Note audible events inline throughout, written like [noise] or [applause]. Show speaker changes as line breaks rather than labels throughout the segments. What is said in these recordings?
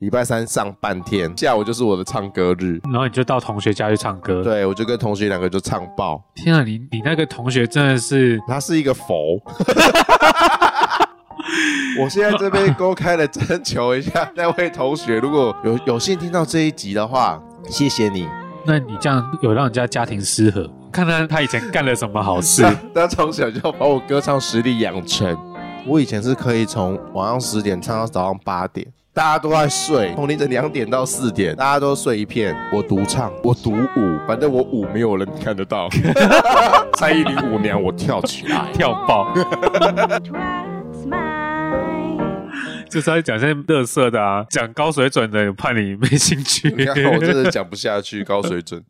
礼拜三上半天，下午就是我的唱歌日。
然后你就到同学家去唱歌。，
对，我就跟同学两个就唱爆。
天啊，你你那个同学真的是
他是一个佛。我现在这边公开的征求一下那位同学，如果有有幸听到这一集的话，谢谢你。
那你这样有让人家家庭失和，看他他以前干了什么好事
他 [laughs] 他从小就把我歌唱实力养成。我以前是可以从晚上十点唱到早上八点，大家都在睡，从凌晨两点到四点，大家都睡一片。我独唱，我独舞，反正我舞没有人看得 [laughs] 到。蔡依林舞娘，我跳起来。
跳爆，
Twice my
就是要讲些乐色的啊，讲高水准的怕你没兴趣。
你看，我真的讲不下去，高水准。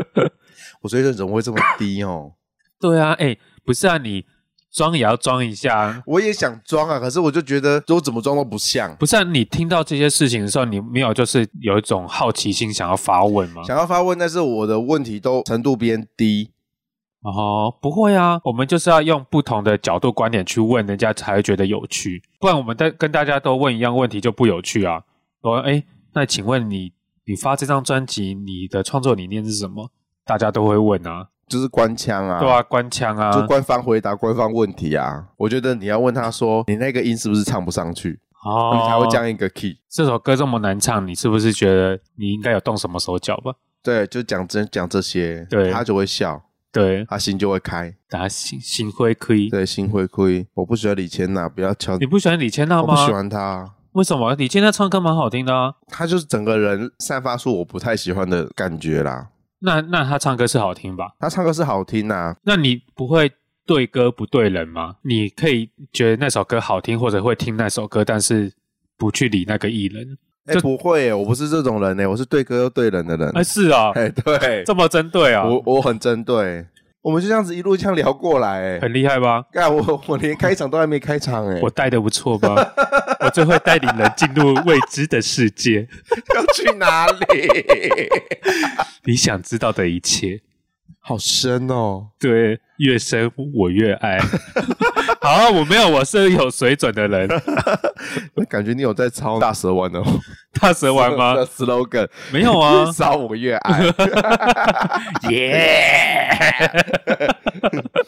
[laughs] 我水准怎么会这么低哦？
[laughs] 对啊，哎、不是啊，你装也要装一下啊。
我也想装啊，可是我就觉得我怎么装都不像。
不是、啊、你听到这些事情的时候，你没有就是有一种好奇心想要发问吗？
想要发问，但是我的问题都程度偏低。
哦，不会啊，我们就是要用不同的角度观点去问人家，才会觉得有趣。不然我们在跟大家都问一样问题就不有趣啊。我哎，那请问你，你发这张专辑，你的创作理念是什么？大家都会问啊，
就是官腔啊，
对啊，官腔啊，
就官方回答官方问题啊。我觉得你要问他说，你那个音是不是唱不上去，
哦，
你才会降一个 key。
这首歌这么难唱，你是不是觉得你应该有动什么手脚吧？
对，就讲这讲这些，
对
他就会笑，
对，
他心就会开，
大家心心灰可以。
对，心会亏。我不喜欢李千娜，不要敲，
你不喜欢李千娜
我
吗？
不喜。欢她。啊
为什么？李千娜唱歌蛮好听的啊。
他就是整个人散发出我不太喜欢的感觉啦。
那那她唱歌是好听吧？
他唱歌是好听啊，
那你不会对歌不对人吗？你可以觉得那首歌好听，或者会听那首歌，但是不去理那个艺人。
哎、不会耶、我不是这种人呢、我是对歌又对人的人。
哎、是啊、
[laughs] 哎、对，
这么针对啊，
我我很针对，我们就这样子一路这样聊过来、哎，
很厉害吧？
干我我连开场都还没开场哎、
我带的不错吧？我最会带领人进入未知的世界，
要去哪里？
你想知道的一切。
好深哦，
对，越深我越爱。好啊，我没有，我是有水准的人。
我感觉你有在抄大蛇丸哦，
大蛇
[laughs]
丸吗？
的 slogan
没有
[laughs]
啊
越。烧我越爱。
[laughs] 耶！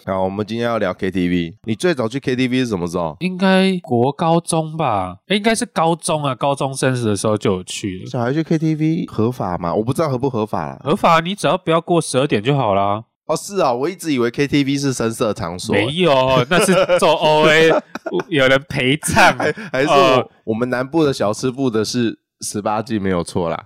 好，我们今天要聊 KTV，你最早去 KTV 是什么时候？
应该国高中吧？诶应该是高中啊，高中生的时候就有去了。
小孩去 KTV 合法吗？我不知道合不合法啦。
合法，你只要不要过十二点就好啦。
哦，是啊，我一直以为 KTV 是深色场所，
没有，那是做 OA，有 [laughs] 人陪唱。
还还是我,、
哦
我们南部的小吃部的是十八禁没有错啦。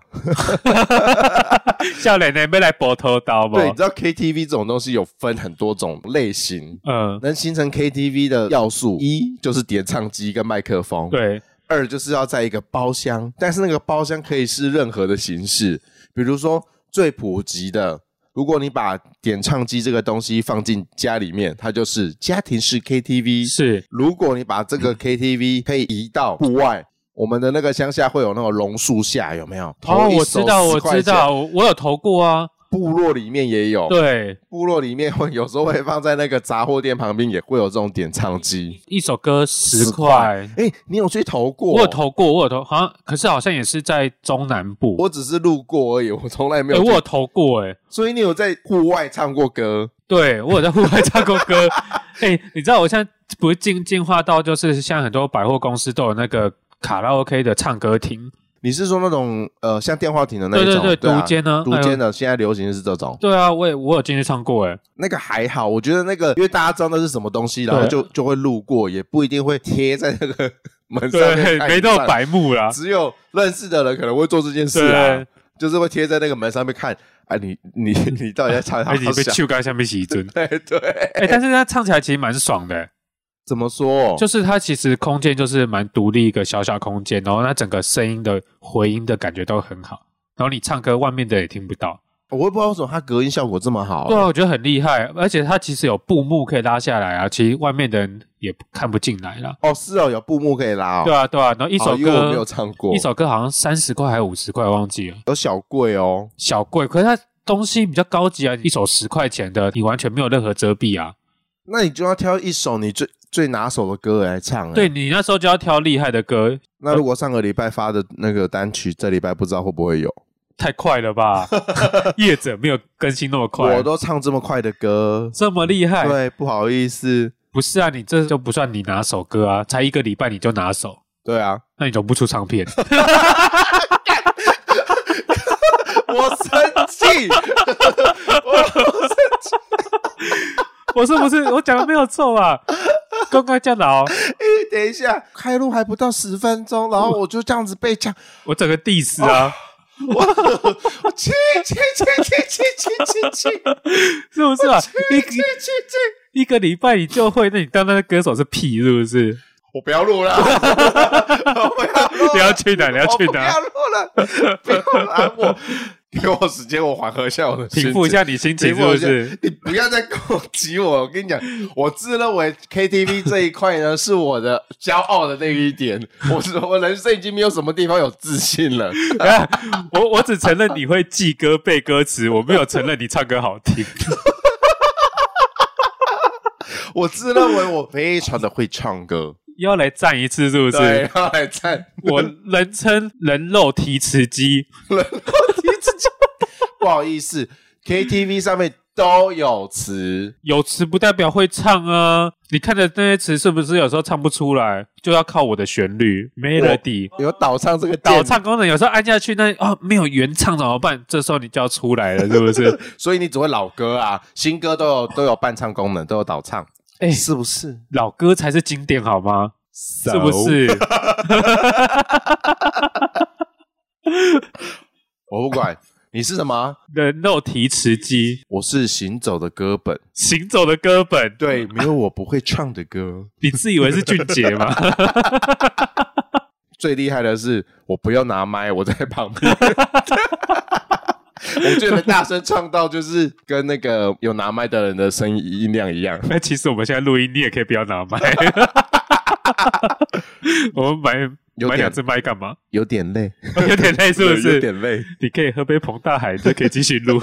笑脸呢，没来搏头刀吗
对，？你知道 KTV 这种东西有分很多种类型，
嗯，
能形成 KTV 的要素，一就是点唱机跟麦克风，，
对，
二就是要在一个包厢，但是那个包厢可以是任何的形式，比如说最普及的。如果你把点唱机这个东西放进家里面，它就是家庭式 KTV。
是
如果你把这个 KTV 可以移到户外，我们的那个乡下会有那种榕树下，有没有？
哦，
投一
我
手
知道，
10
我
块
知
钱，
道，我我有投过啊。
部落里面也有，
对，
部落里面会有时候会放在那个杂货店旁边，也会有这种点唱机，
一首歌十块，
哎、你有去投过？
我有，投过，我有投，好像可是好像也是在中南部。
我只是路过而已，我从来没
诶
有去。
我有投过、诶
所以你有在户外唱过歌？
对我有在户外唱过歌。 [laughs] 哎、你知道我现在不是进进化到就是像很多百货公司都有那个卡拉 OK 的唱歌厅，
你是说那种呃，像电话亭的那一种，
对对对
啊
独间呢哎
独间的，现在流行是这种。
对啊，我也我有进去唱过哎、
那个还好，我觉得那个，因为大家知道那是什么东西，然后
对
就就会路过，也不一定会贴在那
[laughs]
个门上面
对，
看
没
你
那么
唱，
白
[laughs]
目啦，
只有认识的人可能会做这件事啊
对，，
就是会贴在那个门上面看，啊，你你
[laughs]
你到底在唱
而且
啥
哎被
小？。
秋干下面洗尊
[laughs] 对对，
哎、但是它唱起来其实蛮爽的、
怎么说？
就是它其实空间就是蛮独立一个小小空间，然后它整个声音的回音的感觉都很好，然后你唱歌外面的也听不到。
我也不知道为什么它隔音效果这么好、
对啊，我觉得很厉害，而且它其实有布幕可以拉下来啊，其实外面的人也看不进来啦。
哦，是哦，有布幕可以拉哦。
对啊，对啊，然后一
一
首
因为我
歌、
没有唱过，
一首歌好像三十块还是五十块，忘记了，
有小贵哦。
小贵，可是它东西比较高级啊，一首十块钱的，你完全没有任何遮蔽啊。
那你就要挑一首你最最拿手的歌来唱、欸。
对，你那时候就要挑厉害的歌，
那如果上个礼拜发的那个单曲，这礼拜不知道会不会有？
太快了
[laughs]
吧？业者没有更新那么快，
我都唱这么快的歌，
这么厉害。
对，不好意思，
不是啊，你这就不算你拿手歌啊，才一个礼拜你就拿手，
对啊，
那你怎么不出唱片？
[laughs]
[laughs]
我生气，
我是不是我讲的没有错啊？刚刚这样哦，
[laughs] 等一下，开录还不到十分钟，然后我就这样子被呛，
我整个 diss
[laughs] 哦
啊，
我我气气气气气气气 [laughs] 气气
是不是
[laughs]
啊？一
气气气，
一个礼拜你就会，那你当那个歌手是屁是不是？
我不要 [laughs] 录了，我不要录了，
你要去哪？你要去
啊哦我不
哪
要？录了，
[laughs]
不要拦我，给我时间，我缓和一下我的心情
平复一下你心情
平
是
复
不
一下 [laughs]
是？
你不要再攻击我，我跟你讲，我自认为 KTV 这一块呢是我的骄傲的那一
[laughs]
点，我是我人生已经没有什么地方有自信了。
等一下啊我我只承认你会记歌背歌词，我没有承认你唱歌
[laughs]
好听。
我自认为我非常的会唱歌，
又要来站一次是不
对
是？，
要来赞
我人称人肉提词机，
[laughs] 不好意思，KTV 上面都有词，
有词不代表会唱啊。你看着那些词是不是有时候唱不出来，就要靠我的旋律 melody。
有导唱这个
导
键，
唱功能有时候按下去，那啊、没有原唱怎么办？这时候你就要出来了，是不是？
所以你只会老歌啊，新歌都有都有伴唱功能，都有导唱，
哎
是不是？
老歌才是经典，好吗？
是
是不？是？ [laughs]
我不管你是什么，
人肉提词机，
我是行走的歌本。
行走的歌
[laughs]
本，
对，没有我不会唱的歌。
你自以为是俊杰吗？ [laughs]
最厉害的是，我不要拿麦，我在旁 [laughs] 边。我就能大声唱到，就是跟那个有拿麦的人的声音音量一样。
那其实我们现在录音，你也可以不要拿麦。 [laughs] 我们买
有点
买两只麦干嘛？ [laughs]
有点累，
有点累是不
有
是？
点累。
你可以喝杯彭大海，就可以继续录。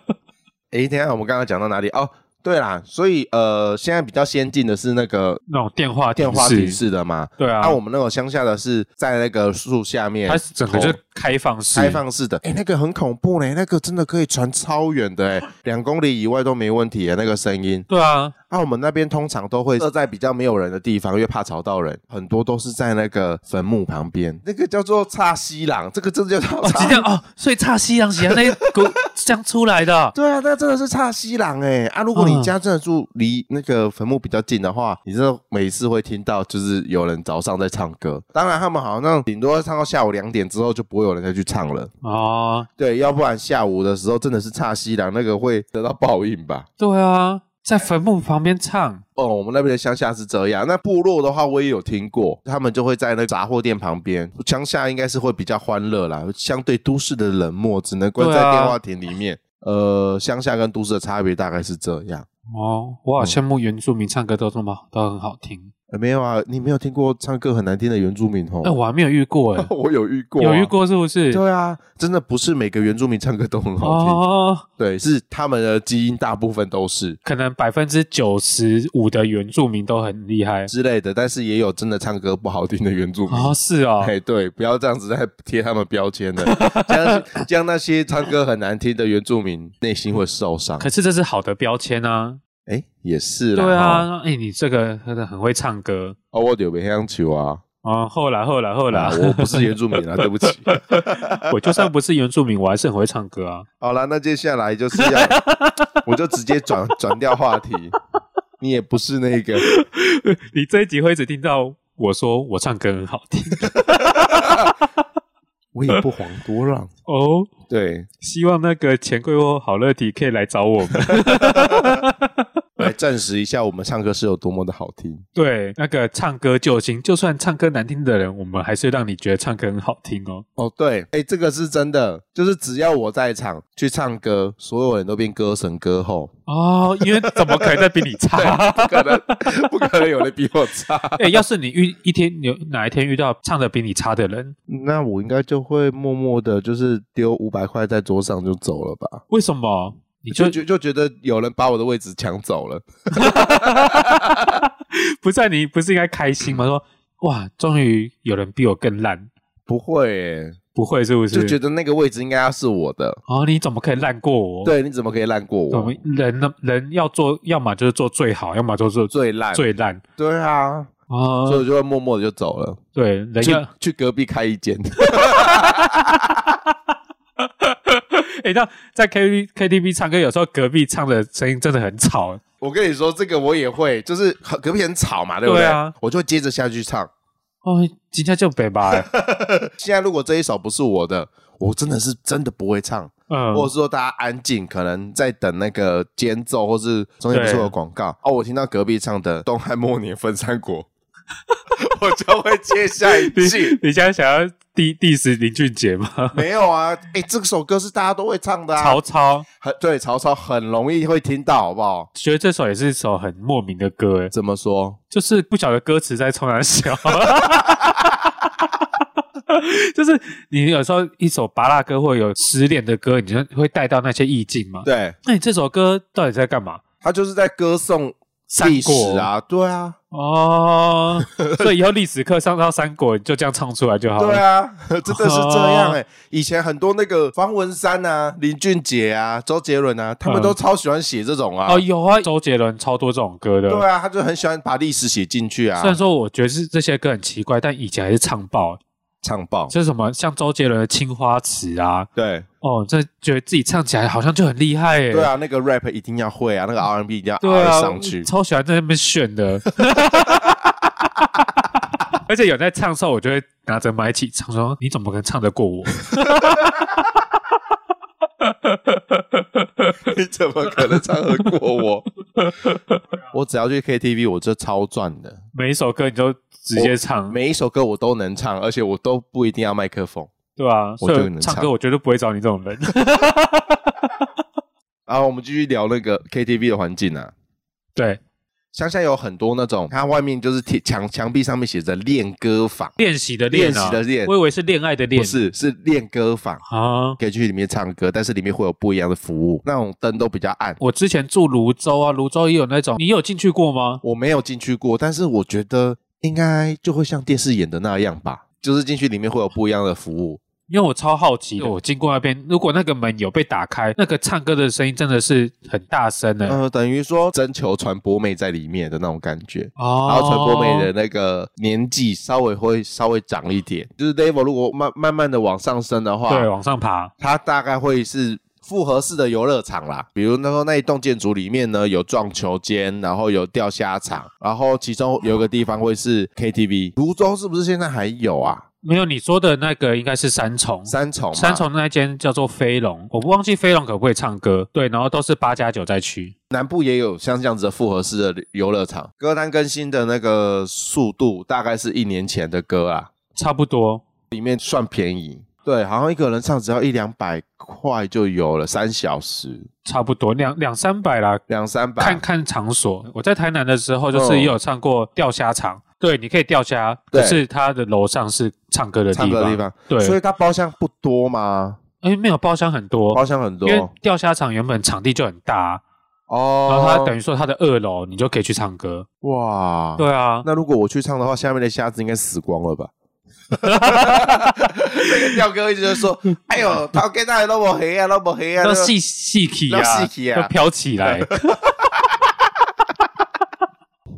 [laughs]
诶，等一下我们刚刚讲到哪里？哦，对啦，所以呃，现在比较先进的是那个
那种电话
电话
提
提
示，
示的嘛。
对啊，
啊，我们那种乡下的是在那个树下面，哦
它是整个就是开放式，
开放式的，哎、那个很恐怖呢、那个真的可以传超远的、欸，两公里以外都没问题、欸，那个声音。
对啊，
啊，我们那边通常都会设在比较没有人的地方，因为怕吵到人，很多都是在那个坟墓旁边，那个叫做岔西廊，这个真的叫做
哦，
岔。
这样哦，所以差西洋喜那股这样出
[laughs]
来的，
对啊，那真的是岔西廊哎、啊！如果你
嗯
家真的住离那个坟墓比较近的话，你真的每次会听到就是有人早上在唱歌，当然他们好像顶多唱到下午两点之后就不会有人再去唱了。
哦，
对，要不然下午的时候真的是岔西凉，那个会得到报应吧。
对啊，在坟墓旁边唱，
哦，我们那边的乡下是这样。那部落的话，我也有听过，他们就会在那个杂货店旁边。乡下应该是会比较欢乐啦，相对都市的冷漠，只能关在
对啊
电话亭里面。呃，乡下跟都市的差别大概是这样。
哦，
嗯
我好羡慕原住民唱歌都这么都很好听，
呃没有啊，你没有听过唱歌很难听的原住民哦？，
[laughs] 哎，我还没有遇过哎
[laughs] 我有遇过、啊
有遇。过是不是？
对啊，真的不是每个原住民唱歌都很好听，
哦，
对，是他们的基因大部分都是。
可能百分之九十五的原住民都很厉害
之类的，但是也有真的唱歌不好听的原住民。
哦，是哦，
哎，对，不要这样子在贴他们标签的，这样这样那些唱歌很难听的原住民内心会受伤
可。是这是好的标签啊，
哎，也是哦啦。
对
哈，
啊，哎，你这个真的很会唱歌
哦，我有被香球啊，
哦，后来后来后来
啊，，我不是原住民啊，对不起。
[laughs] 我就算不是原住民，我还是很会唱歌啊。 [laughs]
好啦，那接下来就是要，我就直接转转掉话题。你也不是那
[laughs]
个，
你这一集会一直听到我说我唱歌很好听 [laughs]
我也不遑多
[laughs]
让。
哦。
对，
希望那个钱柜或好乐迪可以来找我们。
来证实一下我们唱歌是有多么的好听。
对，那个唱歌救星，就算唱歌难听的人，我们还是让你觉得唱歌很好听哦。
哦，对，哎，这个是真的，就是只要我在场去唱歌，所有人都变歌神歌后，
哦，因为怎么可能再比你差？
不可能，不可能有人比我差。
[laughs] 哎、要是你遇一天有哪一天遇到唱的比你差的人，
那我应该就会默默的，就是丢五百块在桌上就走了吧？
为什么？你就
就就就觉得有人把我的位置抢走了。
[laughs] 不是啊你不是应该开心吗？说哇，终于有人比我更烂，
不会耶，
不会是不是？
就觉得那个位置应该要是我的。
哦，你怎么可以烂过我？，
对，你怎么可以烂过
哦我
我？
们人呢？人要做，要么就是做最好，要么就是做
最烂，
最烂
对啊，
啊。
所以我就会默默的就走了，
对，人
去
要
去隔壁开一间。 [laughs]
[laughs] 哎，那在 K K T V 唱歌，有时候隔壁唱的声音真的很吵，
我跟你说，这个我也会，就是很隔壁很吵嘛，对不对？
对啊
我就会接着下去唱。 [laughs]
哦，今天就北吧，欸
现在如果这一首不是我的，我真的是真的不会唱，
嗯，
或者说大家安静，可能在等那个间奏，或是中间不是有广告哦。我听到隔壁唱的《东汉末年分三国》，我就会接下一
[laughs] 你 [laughs]
句。
你现在想要 diss diss 林俊杰吗？
没有啊，哎、这首歌是大家都会唱的、 [laughs] 啊
曹，操，
很对，曹操很容易会听到，好不好？
觉得这首也是一首很莫名的歌，哎，
怎么说？
就是不晓得歌词在冲哪笑。 [laughs] 就是你有时候一首拔辣歌或有失恋的歌，你就会带到那些意境嘛。
对
那你这首歌到底在干嘛？
他就是在歌颂
三
历
国
史啊，对啊， [laughs]
哦，所以以后历史课上到三国，你就这样唱出来就好了。
对啊， [laughs] 真的是这样
哦
哎、以前很多那个方文山啊、林俊杰啊、周杰伦啊，他们都超喜欢写这种啊。
嗯哦，有啊，周杰伦超多这种歌的。
对啊，他就很喜欢把历史写进去啊
虽，然说我觉得是这些歌很奇怪，但以前还是唱爆，
唱爆。
就是什么像周杰伦的《青花瓷》啊，
对
哦，这觉得自己唱起来好像就很厉害耶。
对啊，那个 rap 一定要会啊，那个 R&B 一定要
对
R
啊，
上去。
超喜欢在那边炫的。 [laughs] 而且有在唱的时候，我就会拿着麦起唱说：“你怎么可能唱得过我 [laughs]
你 [laughs] 怎么可能唱得过我？ [laughs] 我只要去 KTV，我就超赚的，？”
每一首歌你就直接唱，
每一首歌我都能唱，而且我都不一定要麦克风。
对吧、啊？
我就
所
能
以唱
唱
歌我绝对不会找你这种人。 [laughs]
然后我们继续聊那个 KTV 的环境啊。
对，
乡下有很多那种，它外面就是贴墙墙壁上面写着练歌房，
练习的练、啊，
练习的练
我以为是恋爱的恋，
不是是练歌房，
啊。
可以去里面唱歌，但是里面会有不一样的服务，那种灯都比较暗。
我之前住泸州啊，泸州也有那种，你有进去过吗？
我没有进去过，但是我觉得应该就会像电视演的那样吧，就是进去里面会有不一样的服务。
因为我超好奇的，我经过那边，如果那个门有被打开，那个唱歌的声音真的是很大声的、
呃，等于说征求传播妹在里面的那种感觉。
哦，
然后传播妹的那个年纪稍微会稍微长一点，就是 level 如果慢慢慢的往上升的话，
对哦往上爬，
它大概会是复合式的游乐场啦，比如那个那一栋建筑里面呢有撞球间，然后有钓虾场，然后其中有一个地方会是 KTV。泸州是不是现在还有啊？
没有你说的那个应该是三重，
三重嘛，
三重那间叫做飞龙，我不忘记飞龙可不可以唱歌，对，然后都是八加九在区，
南部也有像这样子的复合式的游乐场。歌单更新的那个速度大概是一年前的歌啊，
差不多。
里面算便宜。对，好像一个人唱只要一两百块就有了，三小时
差不多两两三百啦，
两三百，
看看场所。我在台南的时候，就是也有唱过钓虾场，对，你可以钓虾，
嗯对
可是它的楼上是唱歌的地
唱
方，
歌的地方。
对
所以它包厢不多吗？
因为没有包厢很多，
包厢很多，
因为钓虾场原本场地就很大，
哦，
然后它等于说它的二楼你就可以去唱歌，
哇，
对啊，
那如果我去唱的话，下面的虾子应该死光了吧？ [laughs] 那个吊哥一直就说：“哎呦，头给那都无黑啊，都无黑啊。”
那细细起
那
啊，
细起啊
要飘起
[laughs]
来，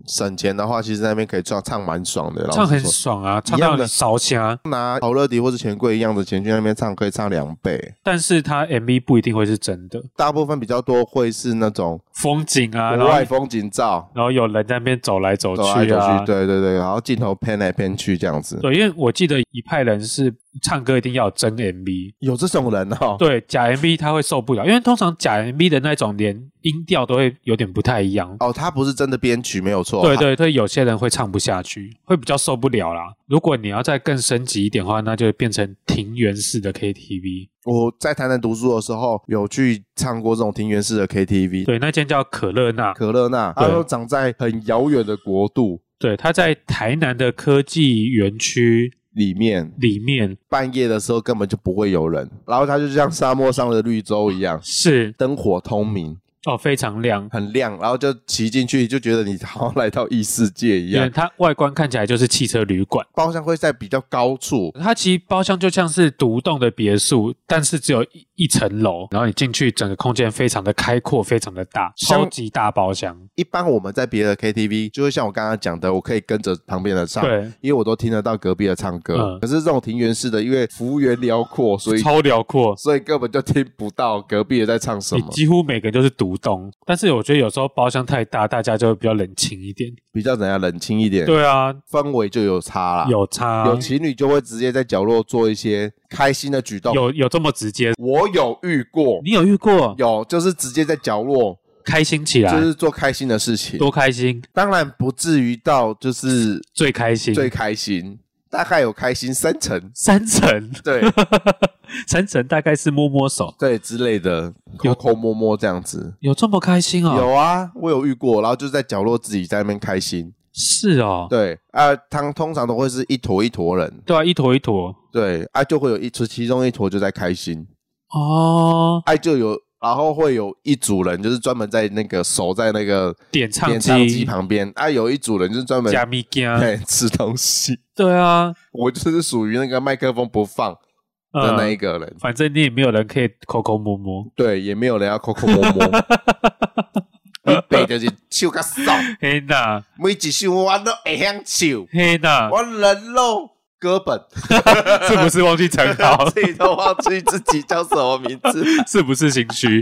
省钱的话，其实那边可以唱唱蛮爽的，老实
唱很
说
爽啊，唱
一样
到
的
你烧香。啊
拿好乐迪或者钱柜一样的钱去那边唱，可以唱两倍。
但是它 MV 不一定会是真的，
大部分比较多会是那种
风景啊，
国
然后
外风景照，
然后有人在那边走来走去
走
啊，
来走去，对对对，然后镜头偏来偏去这样子。
对因为我记得一派人是唱歌一定要有真 MV，
有这种人哦，
对假 MV 他会受不了，因为通常假 MV 的那种连音调都会有点不太一样。
哦，他不是真的编曲，没有错。
对对对，有些人会唱不下去，会比较受不了啦。如果你要再更升级一点的话，那就变成庭园式的 KTV。
我在台南读书的时候，有去唱过这种庭园式的 KTV。
对，那间叫可乐娜，
可乐娜，
对
它都长在很遥远的国度，
对，它在台南的科技园区
里面，
里面
半夜的时候根本就不会有人，然后它就像沙漠上的绿洲一样，
是
灯火通明，
哦，非常亮，
很亮，然后就骑进去就觉得你好像来到异世界一
因为
样。
它外观看起来就是汽车旅馆。
包厢会在比较高处，
它其实包厢就像是独栋的别墅，但是只有一一层楼，然后你进去，整个空间非常的开阔，非常的大，
像
超级大包厢。
一般我们在别的 KTV 就会像我刚刚讲的，我可以跟着旁边的唱，
对，
因为我都听得到隔壁的唱歌。
嗯
可是这种庭园式的，因为幅员辽阔，所以
超辽阔，
所以根本就听不到隔壁的在唱什
你
么。
几乎每个人都是独栋。但是我觉得有时候包厢太大，大家就会比较冷清一点。
比较怎样冷清一点，
对啊，
氛围就有差啦。
有差，
啊有情侣就会直接在角落做一些开心的举动。
有有这么直接？
我有遇过，
你有遇过？
有就是直接在角落，
开心起来，
就是做开心的事情。
多开心，
当然不至于到就是
最开心，
最开心，大概有开心三成，
三层， [laughs]
对
三层大概是摸摸手，
对之类的，抠
有
抠摸摸这样子。
有这么开心哦？
有啊，我有遇过，然后就是在角落自己在那边开心。
是哦，
对啊，他通常都会是一坨一坨人，
对啊，一坨一坨
对啊，就会有一其其中一坨就在开心，
哦，
哎、就有，然后会有一组人就是专门在那个守在那个
点唱
点唱机旁边，啊，有一组人就是专门
加米加，
在吃东西。
对啊，
我就是属于那个麦克风不放的那一
嗯，
个人，
反正你也没有人可以抠抠摸摸，
对，也没有人要抠抠摸
[laughs]
摸。你背就是手较少，
嘿呐
每一首我都会晓手，
嘿呐，
我人肉哥
[laughs]
本，
是不是忘记陈
[laughs] ？
豪
自己都忘记自己叫什么名字。
[laughs] 是不是心虚？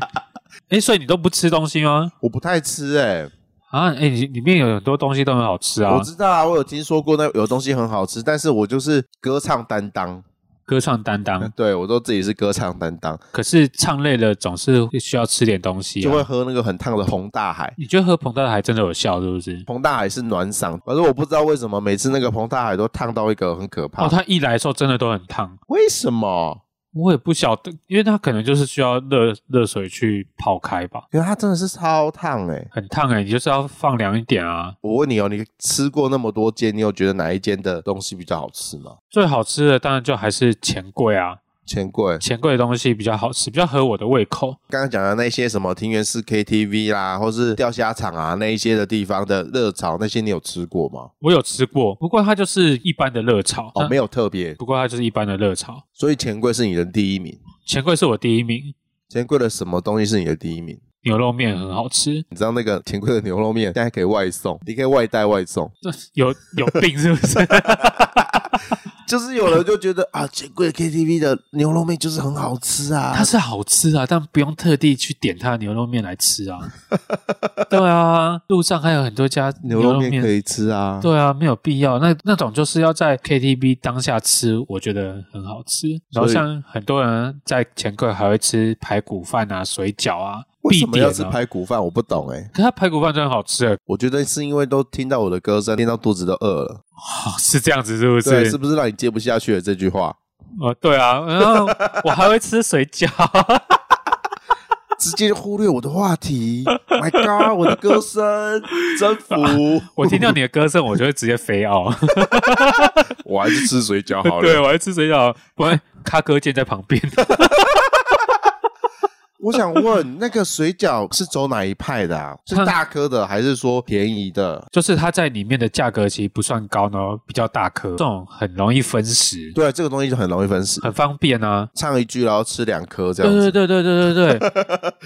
哎，所以你都不吃东西吗？
[laughs] 我不太吃哎、
啊，哎，你里面有很多东西都很好吃啊
我，知道啊，我有听说过那有东西很好吃，但是我就是歌唱担当，
歌唱担当，
对我都自己是歌唱担当，
可是唱累了总是会需要吃点东西、啊，
就会喝那个很烫的红大海。
你觉得喝膨大还真的有效，是不是？
彭大海是暖嗓，反正我不知道为什么每次那个彭大海都烫到一个很可怕。
哦，它一来的时候真的都很烫，
为什么？
我也不晓得，因为它可能就是需要热热水去泡开吧，
因为它真的是超烫哎、
很烫哎、你就是要放凉一点啊。
我问你哦，你吃过那么多间，你有觉得哪一间的东西比较好吃吗？
最好吃的当然就还是钱柜啊，
钱柜
钱柜的东西比较好吃，比较合我的胃口。
刚刚讲的那些什么庭园式 KTV 啦，或是钓虾场啊那一些的地方的热潮，那些你有吃过吗？
我有吃过，不过它就是一般的热炒，
哦，没
有，
有特别，
不过它就是一般的热炒。
所以钱柜是你的第一名。
钱柜是我第一名，
钱柜的什么东西是你的第一名？
牛肉面很好吃，
你知道那个钱柜的牛肉面现在可以外送，你可以外带外送，
这有有病是不
[laughs]
是？
就是有人就觉得啊，钱柜的 KTV 的牛肉面就是很好吃啊。
它是好吃啊，但不用特地去点它的牛肉面来吃啊。对啊，路上还有很多家
[laughs] 牛
肉
肉面可以吃啊，
对啊，没有必要。那那种就是要在 KTV 当下吃，我觉得很好吃。然
所
后
以
像很多人在前柜还会吃排骨饭啊、水饺啊，
为
必
什么
点
要
啊
吃排骨饭？我不懂哎、
可它排骨饭真的很好吃欸，
我觉得是因为都听到我的歌声，听到肚子都饿了，
哦是这样子是不
对，
是？
是不是让你接不下去了这句话？
哦，对啊，然后我还会吃水
[laughs]
饺，
直接忽略我的话题 [laughs] ，My God，我的歌声征服
我听到你的歌声，我就会直接飞傲。
[laughs] 我还是吃水饺好
对，
了。
我还吃水饺，不然咖哥健在旁边。 [laughs]
我想问，那个水饺是走哪一派的
[laughs]
啊？是
它
大颗的，还是说便宜的？
就是它在里面的价格其实不算高呢，比较大颗，这种很容易分食，
对，啊这个东西就很容易分
[laughs]
食。
很方便啊。
唱一句，然后吃两颗这
对
样
对
子。
对对对对对，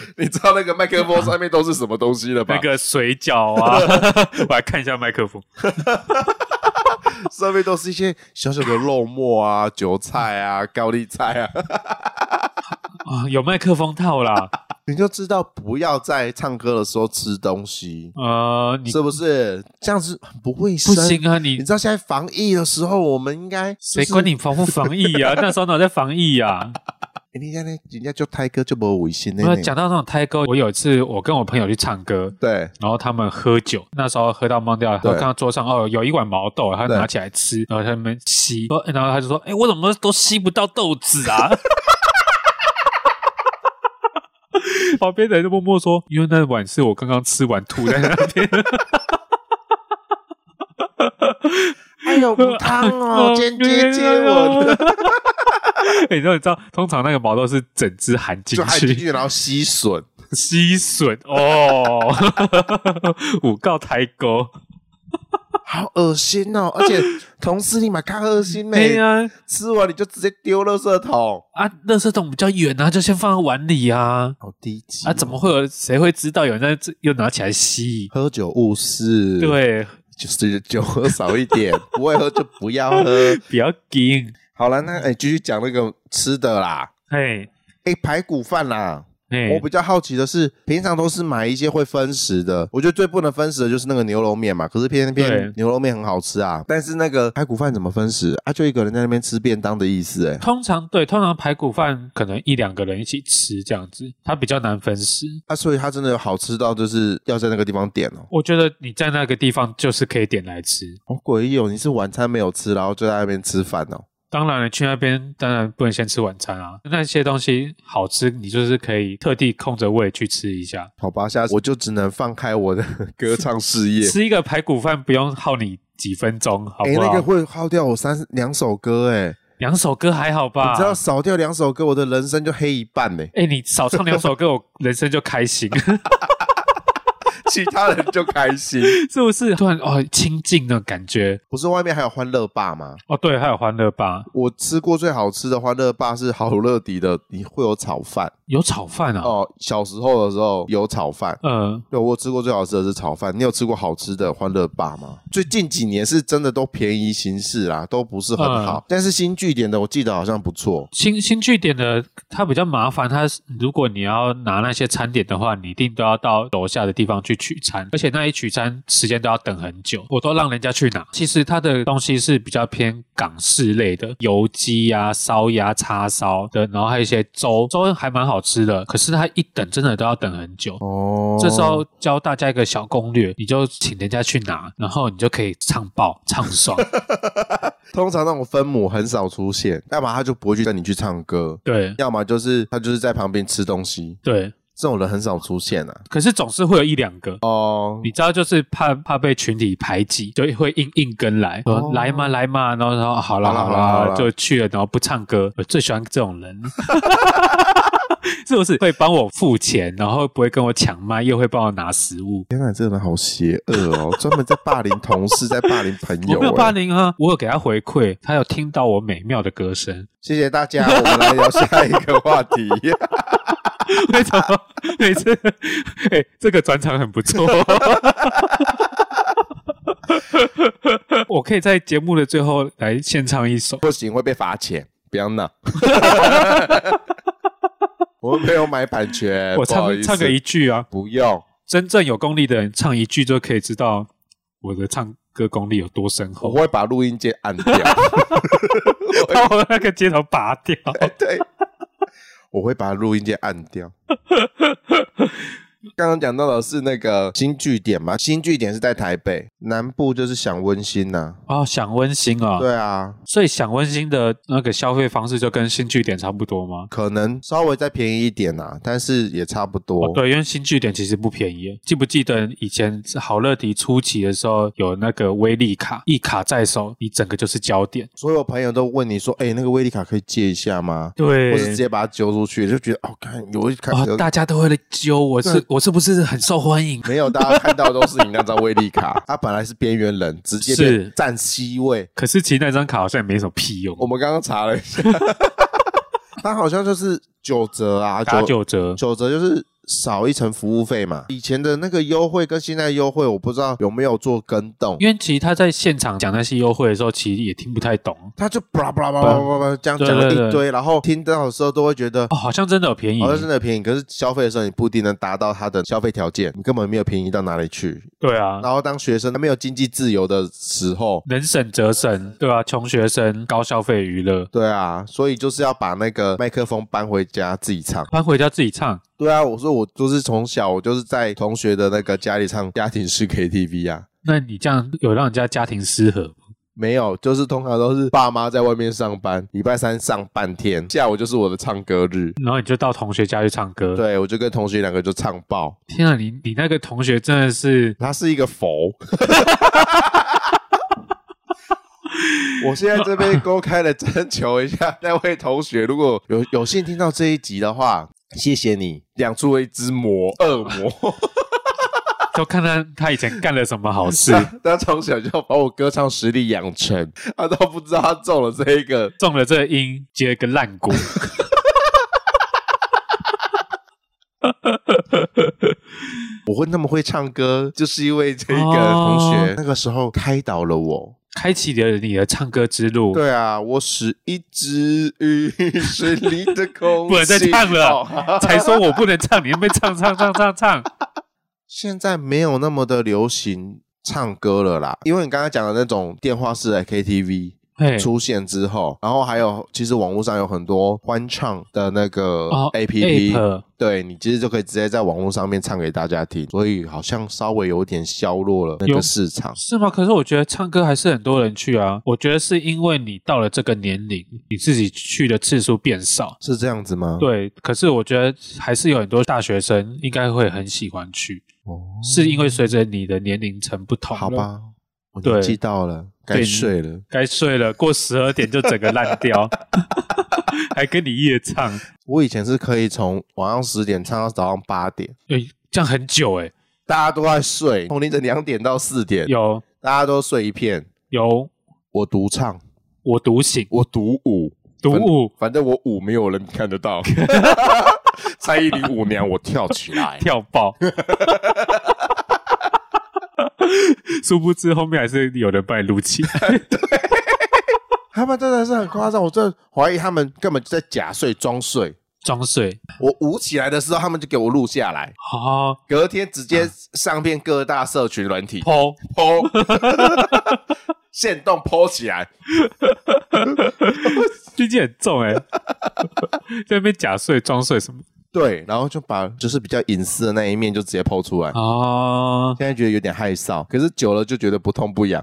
[laughs] 你知道那个麦克 [laughs] 风上面都是什么东西了吧？
那 [laughs] 个水饺啊， [laughs] 我来看一下麦克风。
[laughs] 上面都是一些小小的肉末啊、 [laughs] 韭菜
[laughs]
啊、高丽菜啊，
啊，有麦克风套 [laughs] 啦。
你就知道不要在唱歌的时候吃东西，
呃，你
是不是？这样子很不卫
不
生。
行啊，你
你知道现在防疫的时候，我们应该
谁管你防不防
[laughs]
疫啊？那时候哪有在防疫啊？
欸？你看呢，人家就泰哥就没违心
我
呢。
讲到那种胎沟，我有一次我跟我朋友去唱歌。
对，
然后他们喝酒，那时候喝到懵掉，然后
对
看到桌上哦有一碗毛豆，他
对
拿起来吃，然后他们吸，说然后他就说：“哎，我怎么都吸不到豆子啊？” [laughs] 旁边的人就默默说：“因为那碗是我刚刚吃完吐在那边。
哎、哎呦，母汤
[laughs]
哦，间接接吻， [laughs]
的。哦 [laughs] 你知道，你知道，通常那个毛都是整只含进
就含进
去，
去，然后吸吮。
吸吮哦， [laughs] 五告抬沟，
好恶心
[laughs]
哦！而且同事你买看恶心
对
没？
呀
吃完你就直接丢垃圾桶，
啊，垃圾桶比较远啊，就先放在碗里啊，
好低级
啊，怎么会有谁会知道有人在这又拿起来吸？
喝酒误事？，
对，
就是酒喝少一
[laughs]
点，不会喝就不要喝。
比较硬，
好了，那哎，继续讲那个吃的啦。
嘿，
哎，排骨饭啦，我
嘿
比，较好奇的是，平常都是买一些会分食的，我觉得最不能分食的就是那个牛肉面嘛。可是偏偏
对
牛肉面很好吃啊，但是那个排骨饭怎么分食啊？就一个人在那边吃便当的意思、哎，
通常对，通常排骨饭可能一两个人一起吃这样子，它比较难分食。
啊，所以它真的有好吃到就是要在那个地方点哦，
我觉得你在那个地方就是可以点来吃。
好诡异哦！你是晚餐没有吃，然后就在那边吃饭哦。
当然了，去那边当然不能先吃晚餐啊，那些东西好吃，你就是可以特地空着胃去吃一下。
好吧，下次我就只能放开我的 [laughs] 歌唱事业。
吃一个排骨饭不用耗你几分钟，好
哎、
不
那
好？
个会耗掉我三两首歌哎、
两首歌还好吧？
你知道少掉两首歌，我的人生就黑一半欸呢、
哎、你少唱两首歌，我人生就
[laughs]
开心，
其他人就开
[laughs]
心。
是不是？突然哦，清静的感觉。
不是外面还有欢乐霸吗？
哦，对，还有欢乐吧，
我吃过最好吃的欢乐霸是好乐迪的，你会有炒饭
有炒饭啊。
哦。小时候的时候有炒饭，
嗯、
对我吃过最好吃的是炒饭。你有吃过好吃的欢乐霸吗？最近几年是真的都便宜行事啦，都不是很好。
嗯
但是新据点的我记得好像不错，
新新据点的它比较麻烦，它是如果你要拿那些餐点的话，你一定都要到楼下的地方去取餐，而且那一取餐时间都要等很久，我都让人家去拿。其实它的东西是比较偏港式类的，油鸡啊、烧鸭、叉烧的，然后还有一些粥，粥还蛮好吃的，可是它一等真的都要等很久。
哦，
这时候教大家一个小攻略，你就请人家去拿，然后你就可以唱爆、唱爽。
通常那种分母很少出现，要么他就不会去跟你去唱歌，
对
要么就是他就是在旁边吃东西，
对，
这种人很少出现啊。
可是总是会有一两个
哦，
你知道，就是怕怕被群体排挤，就会硬硬跟来，说
哦
来嘛来嘛，然后说哦好啦
好啦
好
好啦好啦
啦，就去了，然后不唱歌，我最喜欢这种人， [laughs] 是不是会帮我付钱，然后不会跟我抢麦，又会帮我拿食物？
天哪，这个人好邪恶哦，专门在霸凌同事，在霸凌朋
我
友、
没有霸
欸。
凌啊，我有给他回馈，他有听到我美妙的歌声。 [laughs]
谢谢大家，我们来聊下一个话题。 [laughs]
为什么 [laughs] 每次？哎、这个转场很不
[laughs]
错。 [laughs] 我可以在节目的最后来献唱一首。
不行，会被罚钱，不要
[laughs]
闹。我们没有买版权，
我
哎不好意
唱
思
唱个一句啊，
不用。
真正有功力的人唱一句就可以知道我的唱歌功力有多深
我
厚。
会把录音键按掉。
[laughs] 把我那个接头拔掉。
对，我会把录音键按掉。刚刚讲到的是那个新据点嘛，新据点是在台北南部，就是想温馨呐、
哦，想温馨啊、
对啊，
所以想温馨的那个消费方式就跟新据点差不多吗？
可能稍微再便宜一点呐、但是也差不多。
哦，对，因为新据点其实不便宜。记不记得以前好乐迪初期的时候有那个威力卡，一卡在手，你整个就是焦点。
所有朋友都问你说：“哎、那个威力卡可以借一下吗？”
对
或是直接把它揪出去，就觉得哦，看有一看、
哦哦，大家都会来揪我是
对
我是不是很受欢迎？
没有，大家看到的都是你那张威力卡，他本来是边缘人，直接
是
变站 C 位。
可是其实那张卡好像也没什么屁用
我，们刚刚查了一下， [laughs] 他好像就是九折啊，
打九折。
九折就是少一层服务费嘛。以前的那个优惠跟现在优惠，我不知道有没有做跟动，
因为其实他在现场讲那些优惠的时候，其实也听不太懂
他就巴拉巴拉巴拉巴拉这样讲了
对对对
一堆，然后听到的时候都会觉得
哦，好像真的有便宜
好。像真的便宜，可是消费的时候你不一定能达到它的消费条件，你根本没有便宜到哪里去。
对啊，
然后当学生没有经济自由的时候，
能省则省，对啊，穷学生高消费娱乐，
对啊，所以就是要把那个麦克风搬回家自己唱。
搬回家自己唱。
对啊，我说我就是从小我就是在同学的那个家里唱家庭式 KTV 啊，
那你这样有让人家家庭失和吗？
没有，就是通常都是爸妈在外面上班，礼拜三上半天，下午就是我的唱歌日。
然后你就到同学家去唱歌。，
对，我就跟同学两个就唱爆，
天啊，你你那个同学真的是
他是一个佛，我现在这边公开的征求一下那位同学，如果有有幸听到这一集的话，谢谢你养出了一只魔恶魔，
[laughs] 就看他他以前干了什么好事，
他他从小就把我歌唱实力养成，他都不知道他中了这一个。
中了这个因，接个烂果。
我会那么会唱歌，就是因为这一个同学、
哦
那个时候开导了我。
开启了你的唱歌之路。
对啊，我是一只雨，是你的空气。
[laughs] 不能再唱了 [laughs]
哦
才说我不能唱，你那边唱唱唱唱唱，
[laughs] 现在没有那么的流行唱歌了啦，因为你刚刚讲的那种电话式的 KTV
嘿，
出现之后，然后还有其实网络上有很多欢唱的那个
哦
APP，、
app
对你其实就可以直接在网络上面唱给大家听，所以好像稍微有点削弱了那
有
个市场。
是吗？可是我觉得唱歌还是很多人去啊。我觉得是因为你到了这个年龄，你自己去的次数变少。
是这样子吗？，
对，可是我觉得还是有很多大学生应该会很喜欢去，
哦，
是因为随着你的年龄层不同，
好，吧，我
对
年纪到了，该
对
睡了。
该睡了，过十二点就整个烂
[laughs]
掉，还跟你夜唱，
我以前是可以从晚上十点唱到早上八点，
哎，这样很久哎、
大家都在睡，从凌晨两点到四点，
有
大家都睡一片，
有
我独唱，
我独醒
我独舞，
独舞
反正我舞没有人看得到。 [laughs] 蔡依林舞娘，我跳起来。
跳
[laughs]
爆。 [laughs] 殊不知后面还是有人把你录起来，
他们真的是很夸张，我真的怀疑他们根本就在假睡装睡。
装睡
我舞起来的时候，他们就给我录下来，
啊，
隔天直接上遍各大社群软体
剖
剖， [laughs] 现动剖起来。
最近很重 [laughs] 哎、在那边假睡装睡 [laughs] 什么
对，然后就把就是比较隐私的那一面就直接剖出来。
啊？
现在觉得有点害臊，可是久了就觉得不痛不 [laughs] 痒，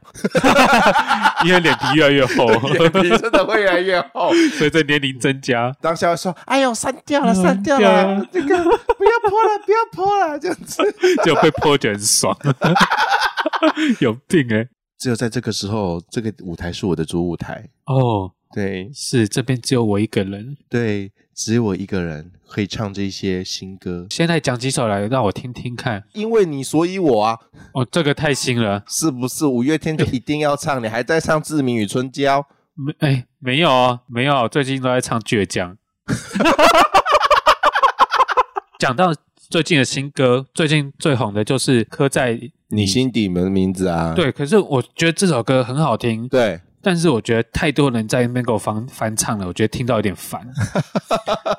因为脸皮越来越 [laughs] 厚，
眼皮真的会越来越厚。
随着年龄增加，
当下会说：“哎呦，删掉了，
嗯
删掉
对
了
啊，
这个不要泼了， [laughs] 不要泼了。”这样子，
就被泼就很爽， [laughs] 有病哎、
只有在这个时候，这个舞台是我的主舞台。
哦，
对
是这边只有我一个人。
对，只有我一个人可以唱这些新歌，
现在讲几首来让我听听看。
因为你，所以我啊，
哦，这个太新了，
是不是？五月天就一定要唱，你还在唱《志明与春娇》，
没哎没有啊，没有，最近都在唱倔 [laughs] 强。讲到最近的新歌，最近最红的就是刻在
你心底门名字啊？
对，可是我觉得这首歌很好听，
对，
但是我觉得太多人在那边给我翻翻唱了，我觉得听到有
[laughs]
点烦。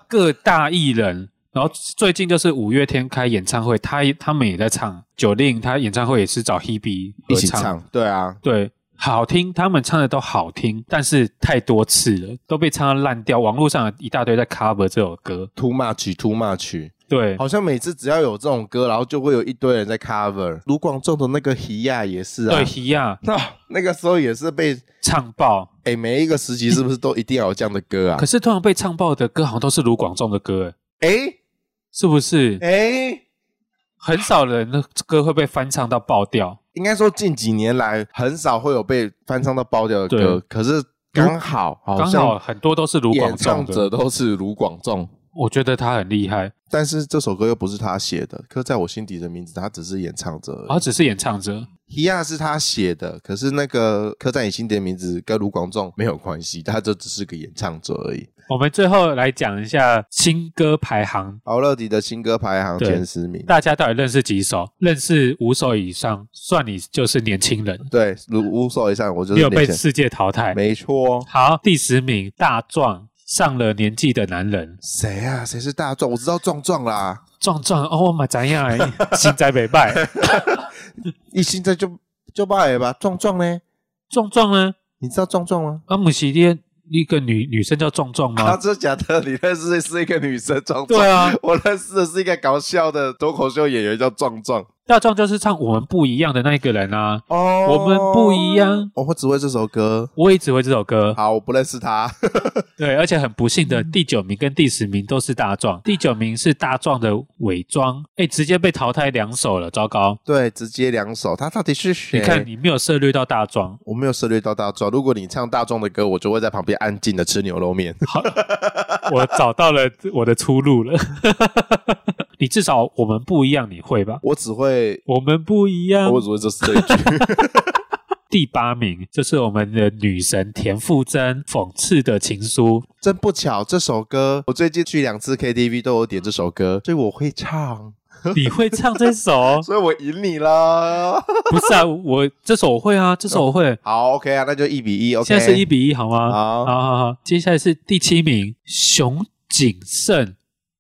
各大艺人，然后最近就是五月天开演唱会，他也他们也在唱。九令他演唱会也是找 Hebe 合
一起唱，对啊，
对，好听，他们唱的都好听，但是太多次了，都被唱到烂掉。网络上一大堆在 cover 这首歌，
too much too much，
对，
好像每次只要有这种歌，然后就会有一堆人在 cover。卢广仲的那个《希亚》也是啊，
对，一样
[laughs] 那、那个时候也是被
唱爆。
哎、每一个时期是不是都一定要有这样的歌啊
可？是通常被唱爆的歌好像都是卢广仲的歌，诶
哎
是不是？
哎、
很少人的歌会被翻唱到爆掉。
应该说近几年来很少会有被翻唱到爆掉的歌，可是刚好好
刚好
像
很多都是卢
演
广
唱
仲
者
的，
都是卢广仲。
我觉得他很厉害，
但是这首歌又不是他写的，刻在我心底的名字，他只是演唱者而已。
他只是演唱者。
一样是他写的，可是那个刻在你心底的名字跟卢广仲没有关系，他就只是个演唱者而已。
我们最后来讲一下新歌排行，
奥乐迪的新歌排行
对
前十名，
大家到底认识几首？认识五首以上，算你就是年轻人，
对，卢乌索以上我就
你
是
有被
年前，
世界淘汰。
没错。
好，第十名大壮，上了年纪的男人，
谁啊？谁是大壮？我知道壮壮啦，
壮壮哦，嘛怎样？
[laughs]
心在北败，
一现在就就罢了吧。壮壮呢？
壮壮呢？啊
你知道壮壮吗？
阿姆西列一个女女生叫壮壮
啊，
吗？
这假的，你认识的是一个女生壮壮？
对啊，
我认识的是一个搞笑的脱口秀演员叫壮壮。
大壮就是唱我们不一样的那一个人啊，
哦
我们不一样。
哦我只会这首歌。
我也只会这首歌。
好，嗯我不认识他。
对，而且很不幸的，第九名跟第十名都是大壮，第九名是大壮的伪装，哎，直接被淘汰两首了，糟糕！
对，直接两首，他到底是谁？
你看，你没有涉略到大壮，
[laughs] 我没有涉猎到大壮。如果你唱大壮的歌，我就会在旁边安静的吃牛肉面。
我找到了我的出路了。 [laughs] 你至少我们不一样，你会吧？
[laughs] 我只会，
我们不一样。
我只会这这一句。
第八名就是我们的女神田馥甄，《讽刺的情书》。
真不巧，这首歌我最近去两次 KTV 都有点这首歌，所以我会唱，
你会唱这首？
所以我赢你啦。 [laughs]
不是啊，我这首我会啊，这首我会。
好，OK 啊，那就一比一，OK。
现在是一比一，好吗？
好
好好好。接下来是第七名，熊谨慎，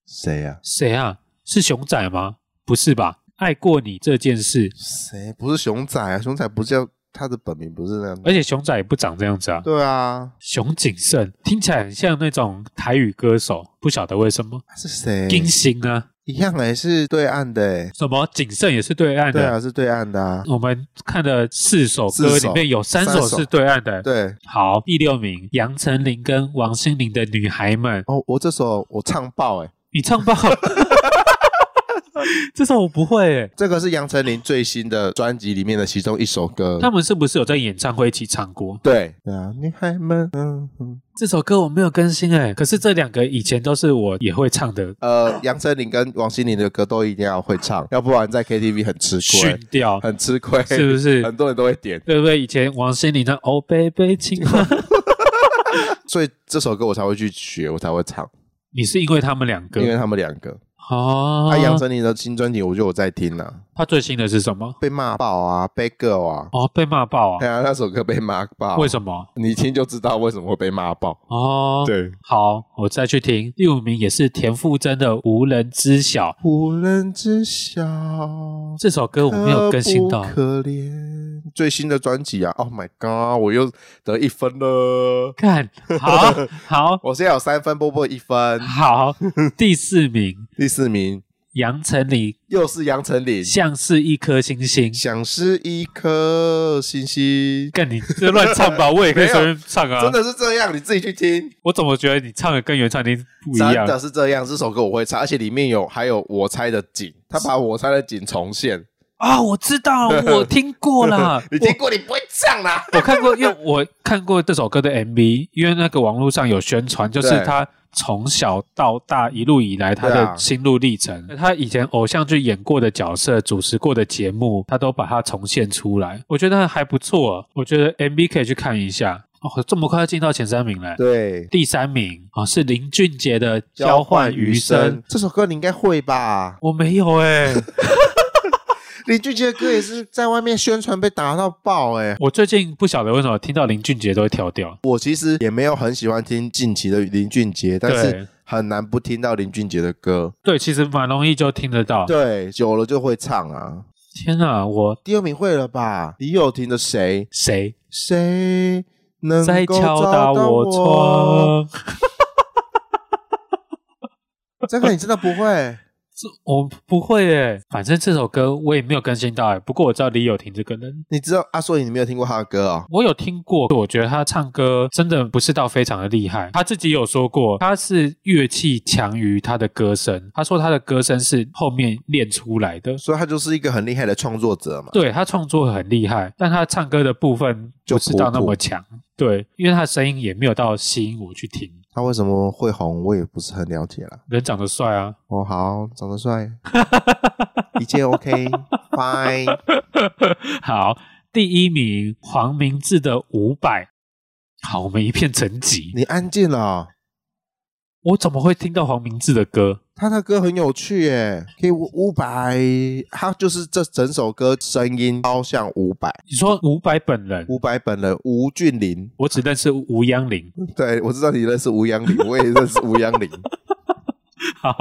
谁呀、
谁啊？是熊仔吗？不是吧？爱过你这件事，
谁不是熊仔啊？熊仔不叫他的本名，不是那样。
而且熊仔也不长这样子啊。
对啊，
熊谨慎听起来很像那种台语歌手，不晓得为什么。
他是谁？
金星啊，
一样哎、是对岸的哎、
什么谨慎也是对岸
对
的。
啊，是对岸的啊。
我们看的四首歌
四首
里面有三
三
首
首
是对岸的。
对，
好，第六名杨丞琳跟王心凌的《女孩们》，
哦，我这首我唱爆哎、
你唱爆。 [laughs] 这首我不会欸诶，
这个是杨丞琳最新的专辑里面的其中一首歌。
他们是不是有在演唱会一起唱过？
对对啊，女孩们，嗯嗯，
这首歌我没有更新
欸
诶，可是这两个以前都是我也会唱的，
呃，杨丞琳跟王心凌的歌都一定要会唱，要不然在 KTV 很吃
训
亏，
掉
很吃亏，
是不是？
很多人都会点，
对不对？以前王心凌的《哦，baby，亲爱的》，
所以这首歌我才会去学，我才会唱，
[laughs] 你是因为他们两
因为
个
他们两个。
哦
啊，杨丞琳的新专辑我就有在听啦、
他最新的是什么？
被骂爆啊，被 girl 啊，
哦，被骂爆
对
啊？
啊，那首歌被骂爆，
为
么？
什么？
你一听就知道为什么会被骂爆。
哦，
对，
好，我再去听第五名也是田馥甄的《无人知晓》
无人知晓，
这首歌，我没有更新到
可。不可怜最新的专辑啊！Oh my god，我又得一分了。
看，好好
我现在有三分，波波一分，
好，第四名
第四名
杨丞琳
又是杨丞琳，
像是一颗星星。
想是一颗星星，
干你这乱唱吧，我也可以随便唱啊
真。的是这样，你自己去听，
我怎么觉得你唱的跟原唱一定不一
真
样？
的是这样。这首歌我会唱，而且里面有还有我猜的景，他把我猜的景重现。
啊，我知道，我听过啦
[laughs] 。你听过，你不会唱啦。
啊我看过，因为我看过这首歌的 MV，因为那个网络上有宣传，就是
对
他从小到大一路以来他
对
的
啊
心路历程，他以前偶像剧演过的角色、主持过的节目，他都把它重现出来，我觉得还不错。啊我觉得 MV 可以去看一下。哦，这么快进到前三名了。
对，
第三名啊、哦是林俊杰的《交换余生》，
这首歌你应该会吧？
我没有
[laughs]
哎、
林俊杰的歌也是在外面宣传被打到爆哎、
我最近不晓得为什么听到林俊杰都会跳掉。
我其实也没有很喜欢听近期的林俊杰，但
对
是很难不听到林俊杰的歌。
对，其实蛮容易就听得到。
对，久了就会唱啊。
天啊，我
第二名会了吧？李友廷的谁？
谁
谁能
在
够
敲
找
打
到我？
我窗？
这个你真的不会？
这我不会耶，反正这首歌我也没有更新到哎。不过我知道李友廷这个人，
你知道阿硕、所以你没有听过他的歌哦？
我有听过，我觉得他唱歌真的不是到非常的厉害。他自己有说过，他是乐器强于他的歌声。他说他的歌声是后面练出来的，
所以他就是一个很厉害的创作者嘛。
对他创作很厉害，但他唱歌的部分
就
不是到
普普
那么强。对，因为他的声音也没有到吸引我去听。
他为什么会红，我也不是很了解啦。
人长得帅啊，
哦，好，长得帅，一切 [laughs] OK，fine。
[laughs] 好，第一名黄明志的五百。好，我们一片沉寂。
你安静了哦、
我怎么会听到黄明志的歌？
他的歌很有趣耶，可以五百，他就是这整首歌声音超像伍佰，
你说伍佰本人，
伍佰本人吴俊霖，
我只认识吴央林。 [laughs]
对我知道你认识吴央林，我也认识吴央林，
好，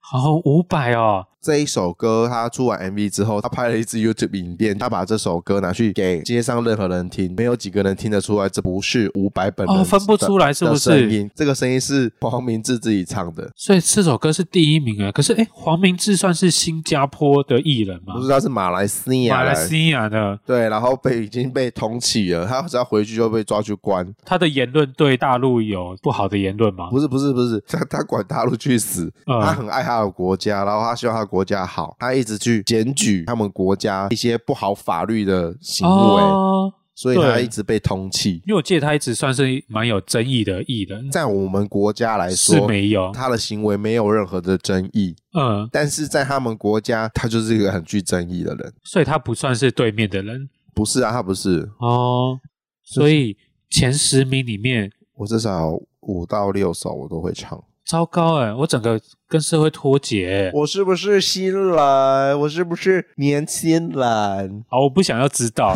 好，伍佰哦，
这一首歌他出完 MV 之后，他拍了一支 YouTube 影片，他把这首歌拿去给街上任何人听，没有几个人听得出来这不是伍佰本人
哦，分不出
来
来是不
声
是？
音，这个声音是黄明志自己唱的，
所以这首歌是第一名哎，可是哎，黄明志算是新加坡的艺人吗
不？知道是马来西亚
马来
来
西亚的，
对，然后被已经被通缉了，他只要回去就被抓去关。
他的言论对大陆有不好的言论吗？
不是不是不是，他他管大陆去死，
嗯
他很爱他的国家，然后他希望他的国家好，他一直去检举他们国家一些不好法律的行为，
哦，
所以他
对
一直被通缉。
因为我记得他一直算是蛮有争议的艺人，
在我们国家来
是
说，
没有，
他的行为没有任何的争议，
嗯，
但是在他们国家，他就是一个很具争议的人。
所以他不算是对面的人
不是啊，他不是，
哦。所以前十名里面，
我至少五到六首我都会唱。
糟糕哎，我整个跟社会脱节欸。
我是不是新人？我是不是年轻人？
啊好，我不想要
[laughs]
知道。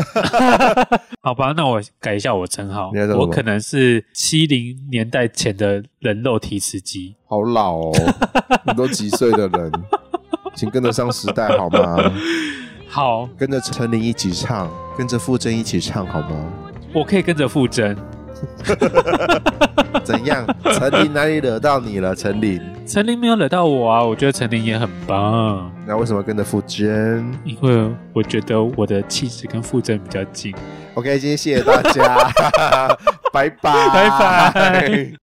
好吧，那我改一下我称号
你要叫，什么
我可能是七零年代前的人肉提词机。
好老哦，你都几岁的人，请跟得上时代好吗？
[laughs] 好，
跟着陈琳一起唱，跟着傅征一起唱好吗？
我可以跟着傅征。
怎样？陈琳哪里惹到你了？陈琳，
陈琳没有惹到我啊，我觉得陈琳也很棒，
那为什么跟着傅征
因为我觉得我的气质跟傅征比较近。
[laughs] ？OK，今天谢谢大家，拜拜，
拜拜。